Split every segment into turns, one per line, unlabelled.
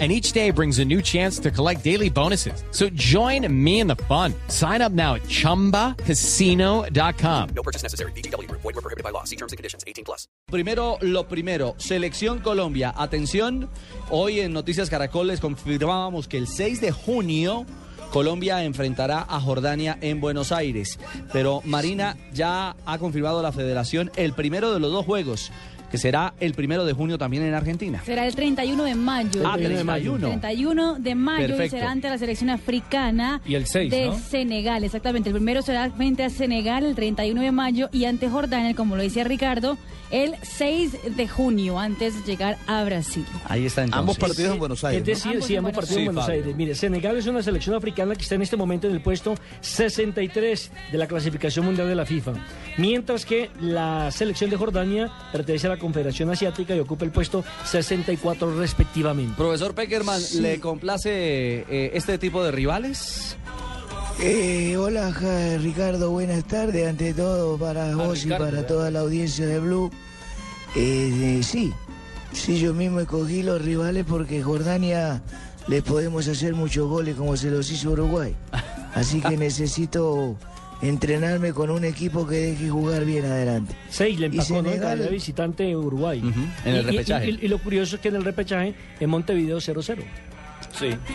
and each day brings a new chance to collect daily bonuses. So join me in the fun. Sign up now at ChumbaCasino.com.
No purchase necessary. BGW. Void were prohibited by law. See terms and conditions. 18 plus.
Primero, lo primero, Selección Colombia. Atención, hoy en Noticias Caracol les confirmábamos que el 6 de junio Colombia enfrentará a Jordania en Buenos Aires. Pero Marina ya ha confirmado a la federación el primero de los dos juegos, que será el primero de junio también en Argentina.
Será el 31 de mayo.
Ah, 31.
31 de mayo
Perfecto.
y será ante la selección africana
Y el seis,
de
¿no?
Senegal. Exactamente, el primero será frente a Senegal el 31 de mayo y ante Jordania, como lo decía Ricardo, el 6 de junio, antes de llegar a Brasil.
Ahí está entonces.
Ambos partidos en Buenos Aires.
Es decir,
Ambos
sí,
en
ambos
Buenos
Ah, Sí,
partidos en Buenos
Fabio.
Aires. Mire, Senegal es una selección africana que está en este momento en el puesto 63 de la clasificación mundial de la FIFA. Mientras que la selección de Jordania pertenece a la Confederación Asiática y ocupa el puesto 64 respectivamente.
Profesor Peckerman, ¿le complace eh, este tipo de rivales?
Eh, hola ja- Ricardo, buenas tardes. Ante todo para vos y para toda la audiencia de Blue. Eh, eh, sí, sí, yo mismo escogí los rivales porque Jordania les podemos hacer muchos goles como se los hizo Uruguay. Así que necesito entrenarme con un equipo que deje jugar bien adelante.
6 le
¿Y
empacó ¿no? en
Senegal?
calidad de visitante a Uruguay.
Ujú, en el
Y- y,
repechaje.
y- y lo curioso es que en el repechaje en Montevideo 0-0.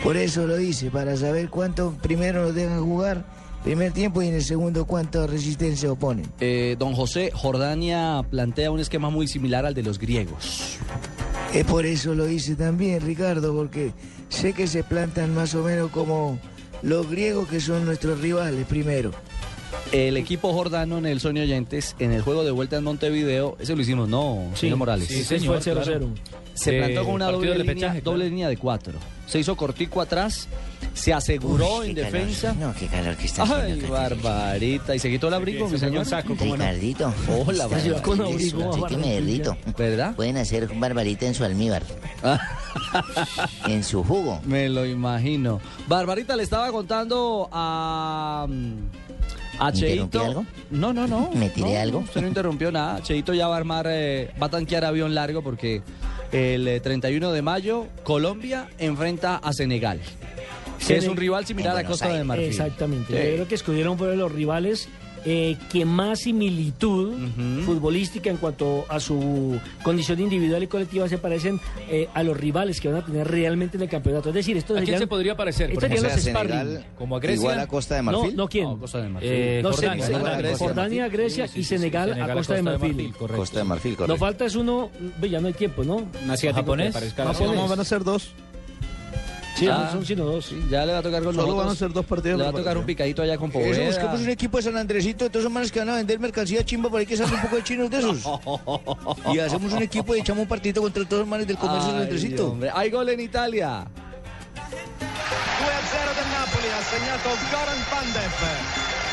Por eso lo hice, para saber cuánto primero nos dejan jugar, primer tiempo, y en el segundo cuánta resistencia oponen.
Eh, don José, Jordania plantea un esquema muy similar al de los griegos.
Es por eso lo hice también, Ricardo, porque sé que se plantan más o menos como los griegos que son nuestros rivales primero.
El equipo jordano en el Soño Oyentes, en el juego de vuelta en Montevideo, ese lo hicimos, no, señor Morales.
Sí, señor, fue 0-0.
Se plantó con una doble, línea, doble línea de cuatro. Se hizo cortico atrás, se aseguró en defensa.
No, qué calor que está
Ay,
haciendo.
barbarita. Y se quitó el abrigo, mi señor.
Ricardito.
Hola,
Está
barbarita.
con
Con
eso,
abrigo,
así que me derrito.
¿Verdad?
Pueden hacer barbarita en su almíbar. en su jugo.
Me lo imagino. Barbarita le estaba contando a. mm, A
¿Interrumpí
Cheito.
algo?
No, no, no.
¿Me tiré
No, no,
algo?
Usted no interrumpió nada. Cheito ya va a armar, eh, va a tanquear avión largo porque el eh, 31 de mayo Colombia enfrenta a Senegal. Que es
Sene-
un rival similar
En
a
Buenos
Costa de
Aires.
Marfil.
Exactamente.
Sí.
Yo creo que escogieron fueron los rivales eh, que más similitud
Ujú.
futbolística en cuanto a su condición individual y colectiva se parecen eh, a los rivales que van a tener realmente en el campeonato. Es decir, esto
¿A quién se podría parecer? por
Estos serían
ejemplo?
los sparring.
como a Grecia.
igual a Costa de
No,
Marfil.
no quién.
No, Costa de Marfil.
Eh,
No,
Jordania,
Sen-
Jordania,
Jordania,
Grecia.
Jordania, Grecia
Sí, sí,
y
sí,
Senegal, a Costa de Marfil.
correcto.
Costa de Marfil,
Nos
correcto.
falta es uno, ve, ya no hay tiempo, ¿no?
japonés.
No, van a ser dos.
Sí,
Ah.
son sino dos.
Sí, Ya le va a tocar con
Solo
nosotros.
van a ser dos partidos
Le va
de
a tocar
preparación.
un picadito allá con
Eso
pues,
buscamos un
Poveda.
equipo de San Andresito, de todos esos manes que van a vender mercancía chimba por ahí que salen un poco de chinos de esos. Y hacemos un equipo y echamos un partido contra todos los manes del comercio de San
Ay,
Andresito.
hombre. Hay gol en Italia.
2-0 del Napoli, ha segnato Goran Pandev.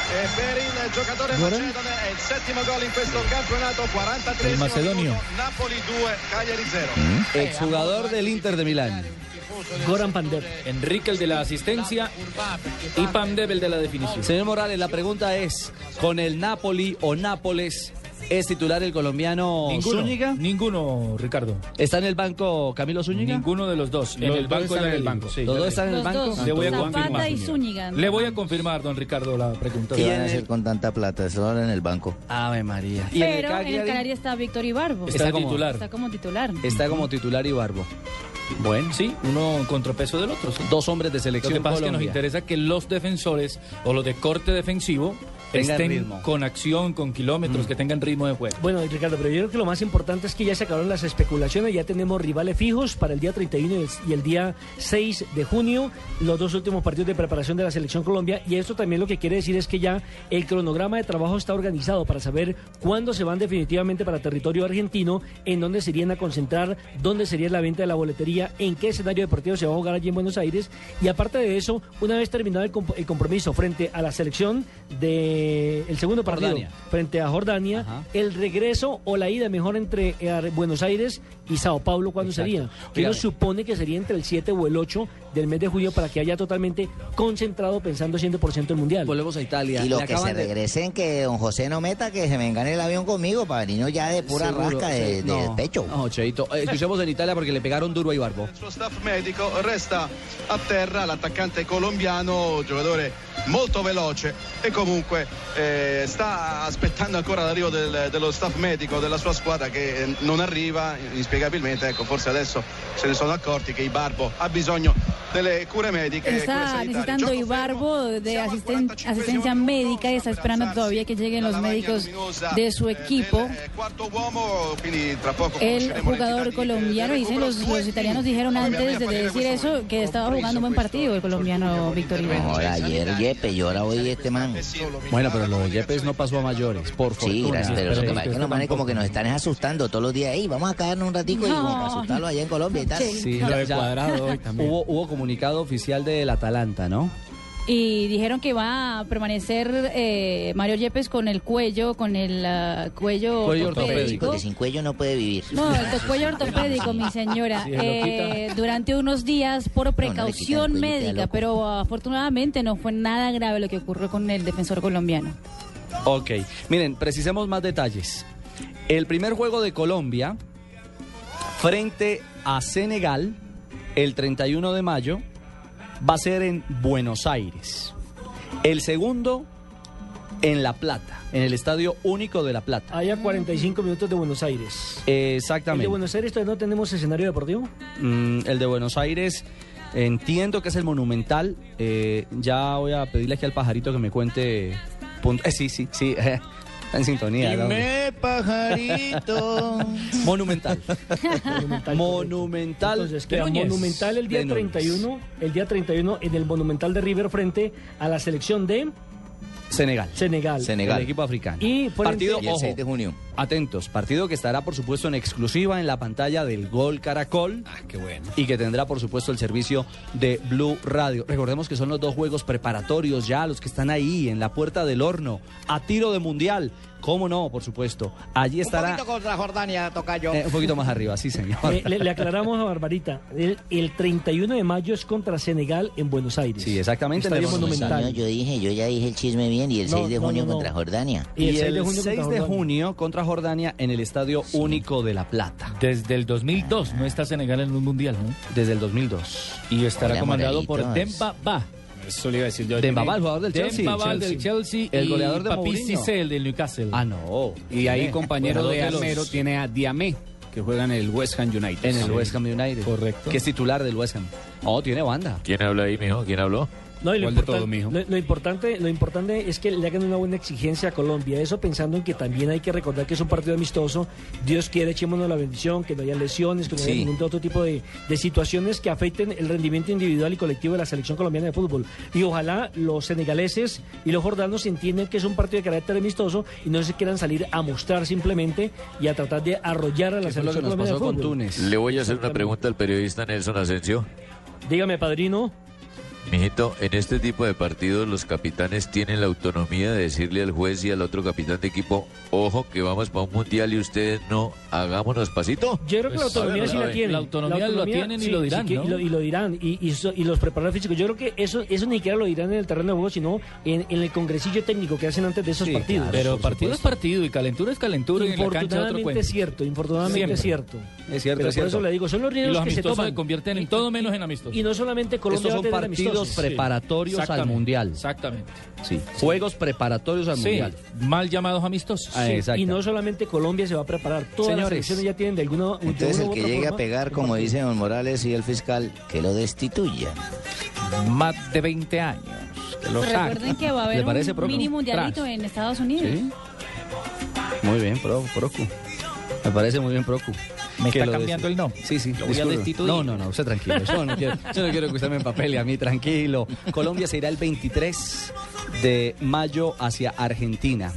E per il giocatore
Goran?
macedone è il settimo gol in questo campionato, 43
Il macedonio.
minuto, Napoli 2, Cagliari 0.
Mm.
Exjugador del Inter de Milán.
Goran Pander.
Enrique el de la asistencia y Pandev el de la definición.
Señor Morales, la pregunta es, ¿con el Napoli o Nápoles es titular el colombiano
Ninguno,
Zúñiga?
ninguno, Ricardo.
¿Está en el banco Camilo Zúñiga?
Ninguno de los dos. En el banco están en el banco. Sí,
¿Los dos
ya
están en el
Los
banco?
dos,
Le voy a
Zapata
confirmar.
y Zúñiga.
Le voy a confirmar, don Ricardo, la pregunta.
¿Qué van a hacer con tanta plata? Solo en el banco.
Ave María. ¿Y en el
Pero en el
Cagliari?
Canaria está Víctor Ibarbo.
Está,
Está como-
titular.
Está como titular.
Está como titular y barbo. Bueno,
Sí, uno en contrapeso del otro. sí.
dos hombres de
Lo
selección
que pasa es que nos
Colombia.
interesa que los defensores o los de corte defensivo
Tengan
estén
ritmo.
con acción, con kilómetros, que tengan ritmo de juego.
Bueno, y Ricardo, pero yo creo que lo más importante es que ya se acabaron las especulaciones, ya tenemos rivales fijos para el día 31 y el, y el día 6 de junio, los dos últimos partidos de preparación de la selección Colombia, y esto también lo que quiere decir es que ya el cronograma de trabajo está organizado para saber cuándo se van definitivamente para territorio argentino, en dónde se irían a concentrar, dónde sería la venta de la boletería, en qué escenario deportivo se va a jugar allí en Buenos Aires, y aparte de eso, una vez terminado el, comp- el compromiso frente a la selección de eh, el segundo partido
Jordania.
frente a Jordania, el regreso o la ida mejor entre eh, Ar- Buenos Aires y Sao Paulo, ¿cuándo
Exacto. eh.
sería? Que
Mira,
uno supone que sería entre el 7 o el 8 del mes de julio para que haya totalmente concentrado pensando 100% el Mundial.
Volvemos a Italia.
Y
lo
los que se regresen, que don José no meta, que se vengan en el avión conmigo, para venirnos ya de pura rasca de, de pecho.
No, Cheito. Eh, escuchemos en Italia porque le pegaron duro a Ibarbo.
suo staff medico resta a terra l'attaccante colombiano, giocatore molto veloce e comunque eh, sta aspettando ancora l'arrivo del- dello staff medico della sua squadra che eh, non arriva inspiegabilmente, ecco forse adesso se ne sono accorti che Ibarbo ha bisogno delle cure mediche. cure
Está
sanitarie.
necesitando
Gioco
Ibarbo de asisten- asistencia médica y está esperando todavía que lleguen los médicos de
eh,
su equipo.
uomo, quindi tra
El
poco conosceremo le
jugador colombiano, dicen los, los italianos dijeron antes de decir eso que estaba jugando un buen partido el colombiano Victorino.
Ahora ayer Yepe y ahora hoy este man.
Bueno, pero lo de Yepes no pasó a mayores, por
Sí,
fortuna.
gracias, pero lo que pasa es que los manes como que nos están es asustando todos los días. Ey, vamos a caernos un ratico y como para
No.
asustarlos allá en Colombia y tal.
Sí,
Lo
ya-
de
ya
cuadrado hoy también.
Hubo, hubo comunicado oficial del Atalanta, ¿no?
Y dijeron que va a permanecer eh, Mario Yepes con el cuello, con el ah, cuello,
Cuello
Sí,
ortopédico.
porque sin cuello no puede vivir.
No, el to- cuello ortopédico, mi señora.
Sí, lo
Eh, durante unos días por
le quitan el
precaución
cuello, queda
médica,
loco.
pero afortunadamente no fue nada grave lo que ocurrió con el defensor colombiano.
Ok, miren, precisemos más detalles. El primer juego de Colombia frente a Senegal el 31 de mayo va a ser en Buenos Aires. El segundo en La Plata, en el Estadio Único de La Plata.
Hay a 45 minutos de Buenos Aires. ¿El
Exactamente.
de Buenos Aires todavía no tenemos escenario deportivo?
Mm, el de Buenos Aires. Entiendo que es el monumental. eh, ya voy a pedirle aquí al pajarito que me cuente. pun- eh, sí, sí, sí. está en sintonía. ¿no?
Dime, pajarito.
Monumental.
Monumental.
monumental.
Entonces, queda
de Núñez.
Monumental el
De
día
Núñez.
31, el día 31 en el Monumental de River frente a la selección de
Senegal.
Senegal.
El equipo africano.
Y por
partido,
ende-
ojo,
junio.
atentos, partido que estará por supuesto en exclusiva en la pantalla del Gol Caracol
Ah, qué bueno.
y que tendrá por supuesto el servicio de Blue Radio. Recordemos que son los dos juegos preparatorios ya, los que están ahí en la puerta del horno, a tiro de mundial. ¿Cómo no? Por supuesto. Allí estará eh, un poquito,
contra Jordania, toca yo.
más arriba, sí señor.
Le, le- le aclaramos a Barbarita, el, el 31 de mayo es contra Senegal en Buenos Aires.
Sí, exactamente, en el
Estadio Monumental.
yo dije, yo ya dije el chisme bien y el
No,
6 de
no,
junio
no, no.
contra Jordania.
Y el
Y
6 de
el
junio contra
6 de
Jordania.
junio contra Jordania en el Estadio Único de La Plata,
Desde el 2002 no está Senegal en un mundial, ¿no?
desde el 2002.
Y estará
Hola,
comandado por
Morelitos.
Demba Ba. Eso le iba a decir yo.
Demba Ba, el jugador del Chelsea.
Demba Ba,
Chelsea.
del Chelsea.
El
y
goleador de
Papi
Mourinho.
Cissé, el del Newcastle.
Ah, no.
Y ahí,
Tiene.
compañero
Goleador
de
los-
Almero, tiene a Diamé, que juega en el West Ham United.
En el West Ham United.
Correcto.
Que es titular del West Ham. Oh, tiene banda.
¿Quién habla ahí, mijo? ¿Quién habló?
No, y lo,
¿Cuál de
importan-
todo, mijo?
lo- lo importante, lo importante es que le hagan una buena exigencia a Colombia. Eso pensando en que también hay que recordar que es un partido amistoso. Dios quiere, echémonos la bendición, que no haya lesiones, que no haya
Sí.
ningún otro tipo de, de situaciones que afecten el rendimiento individual y colectivo de la selección colombiana de fútbol. Y ojalá los senegaleses y los jordanos entiendan que es un partido de carácter amistoso y no se quieran salir a mostrar simplemente y a tratar de arrollar a la
Que fue lo que
selección
nos
colombiana de
pasó con
fútbol.
Túnez.
Le voy a hacer una
Exactamente.
pregunta al periodista Nelson Asensio.
Dígame, padrino.
Mijito, en este tipo de partidos los capitanes tienen la autonomía de decirle al juez y al otro capitán de equipo, ojo que vamos para un mundial y ustedes no, hagámonos pasito.
Yo creo que la
Pues, a
autonomía
ver,
sí
a
la
ver.
tienen.
La autonomía lo tienen y lo dirán,
que-
¿no?
Y lo, y lo dirán. Y, y so- y los preparadores físicos. Yo creo que eso eso ni siquiera lo dirán en el terreno de juego, sino en, en el congresillo técnico que hacen antes de esos
Sí,
partidos.
claro.
Pero
por
partido
supuesto.
es partido y calentura es calentura y en la cancha otro
Infortunadamente
cuento.
es cierto, infortunadamente es cierto.
Es cierto,
Pero
es
por
cierto.
eso le digo, son los
Y
riesgos
los
que se
amistosos
toman.
se convierten
Y-
en todo menos en amistosos.
Y no solamente Colombia
Estos
va a
son
tener
partidos
amistosos.
preparatorios al
Exactamente,
mundial.
Exactamente.
Sí. Juegos preparatorios al
Sí,
mundial.
mal llamados amistosos.
Ah,
Sí,
exacto.
Y no solamente Colombia se va a preparar. Todas
Señores.
las selecciones ya tienen de alguna de
Entonces
una u
el que
otra
llegue a
forma
pegar,
un
como
partido.
dice don Morales y el fiscal, que lo destituya.
Más de 20 años. Que lo
Pues Recuerden que va a
¿Le
haber
parece,
un
profe?
mini mundialito
Tras.
en Estados Unidos.
Sí. Muy bien, pro, Procu. Me parece muy bien, Procu.
Me
Que
está
lo
cambiando
des-
el nombre.
Sí, sí.
Lo voy a
disculpe.
destituir.
No, no, no, usted tranquilo. Yo no quiero, yo no quiero que usted me empapele a mí, tranquilo. Colombia se irá el 23 de mayo hacia Argentina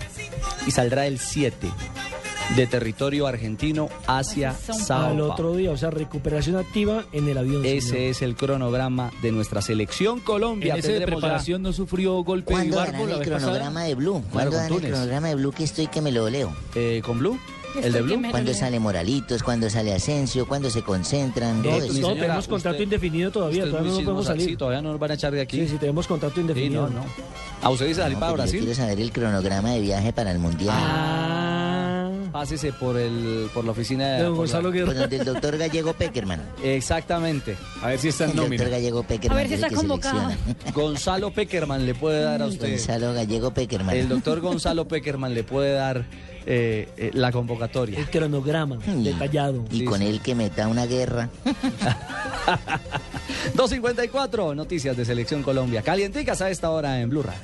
y saldrá el 7 de territorio argentino hacia Sao
Al
Paulo.
otro día, o sea, recuperación activa en el avión.
Ese es el cronograma de nuestra selección Colombia.
En ese de
Tendremos ya-
preparación no sufrió golpe de
¿Cuándo
barco
darán
la
el
vez pasada.
cronograma de Blue?
Claro,
¿Cuándo
con
darán el
Túnez.
cronograma de Blue que estoy que me lo leo?
Eh, ¿Con Blue? ¿El de Blue?
¿Cuándo sale Moralitos? ¿Cuándo sale Asensio? ¿Cuándo se concentran?
No,
Todo
pues
eso.
no, tenemos contrato
usted-
indefinido todavía,
Usted es
todavía no
muy
nos podemos
chismosa,
salir.
sí, todavía no nos van a echar de aquí.
Sí, sí, tenemos contrato
Sí,
indefinido.
no, no. pues, ¿A usted dice salir
No,
para
pero yo
Brasil?
quiero saber el cronograma de viaje para el Mundial.
Ah,
Pásese por, el, por la oficina
don
por la-
Gonzalo
Por
Guerra.
donde el doctor Gallego Peckerman.
Exactamente.
A ver si está en
El doctor
nómina.
Gallego Peckerman.
A ver si
es el
está
que
convocado.
selecciona.
Gonzalo Peckerman le puede dar a usted.
Gonzalo Gallego Peckerman.
El doctor Gonzalo Peckerman le puede dar eh, eh, la convocatoria.
El cronograma
Mm.
detallado.
Y con él que meta una guerra.
254, noticias de Selección Colombia. Calienticas a esta hora en Blue Radio.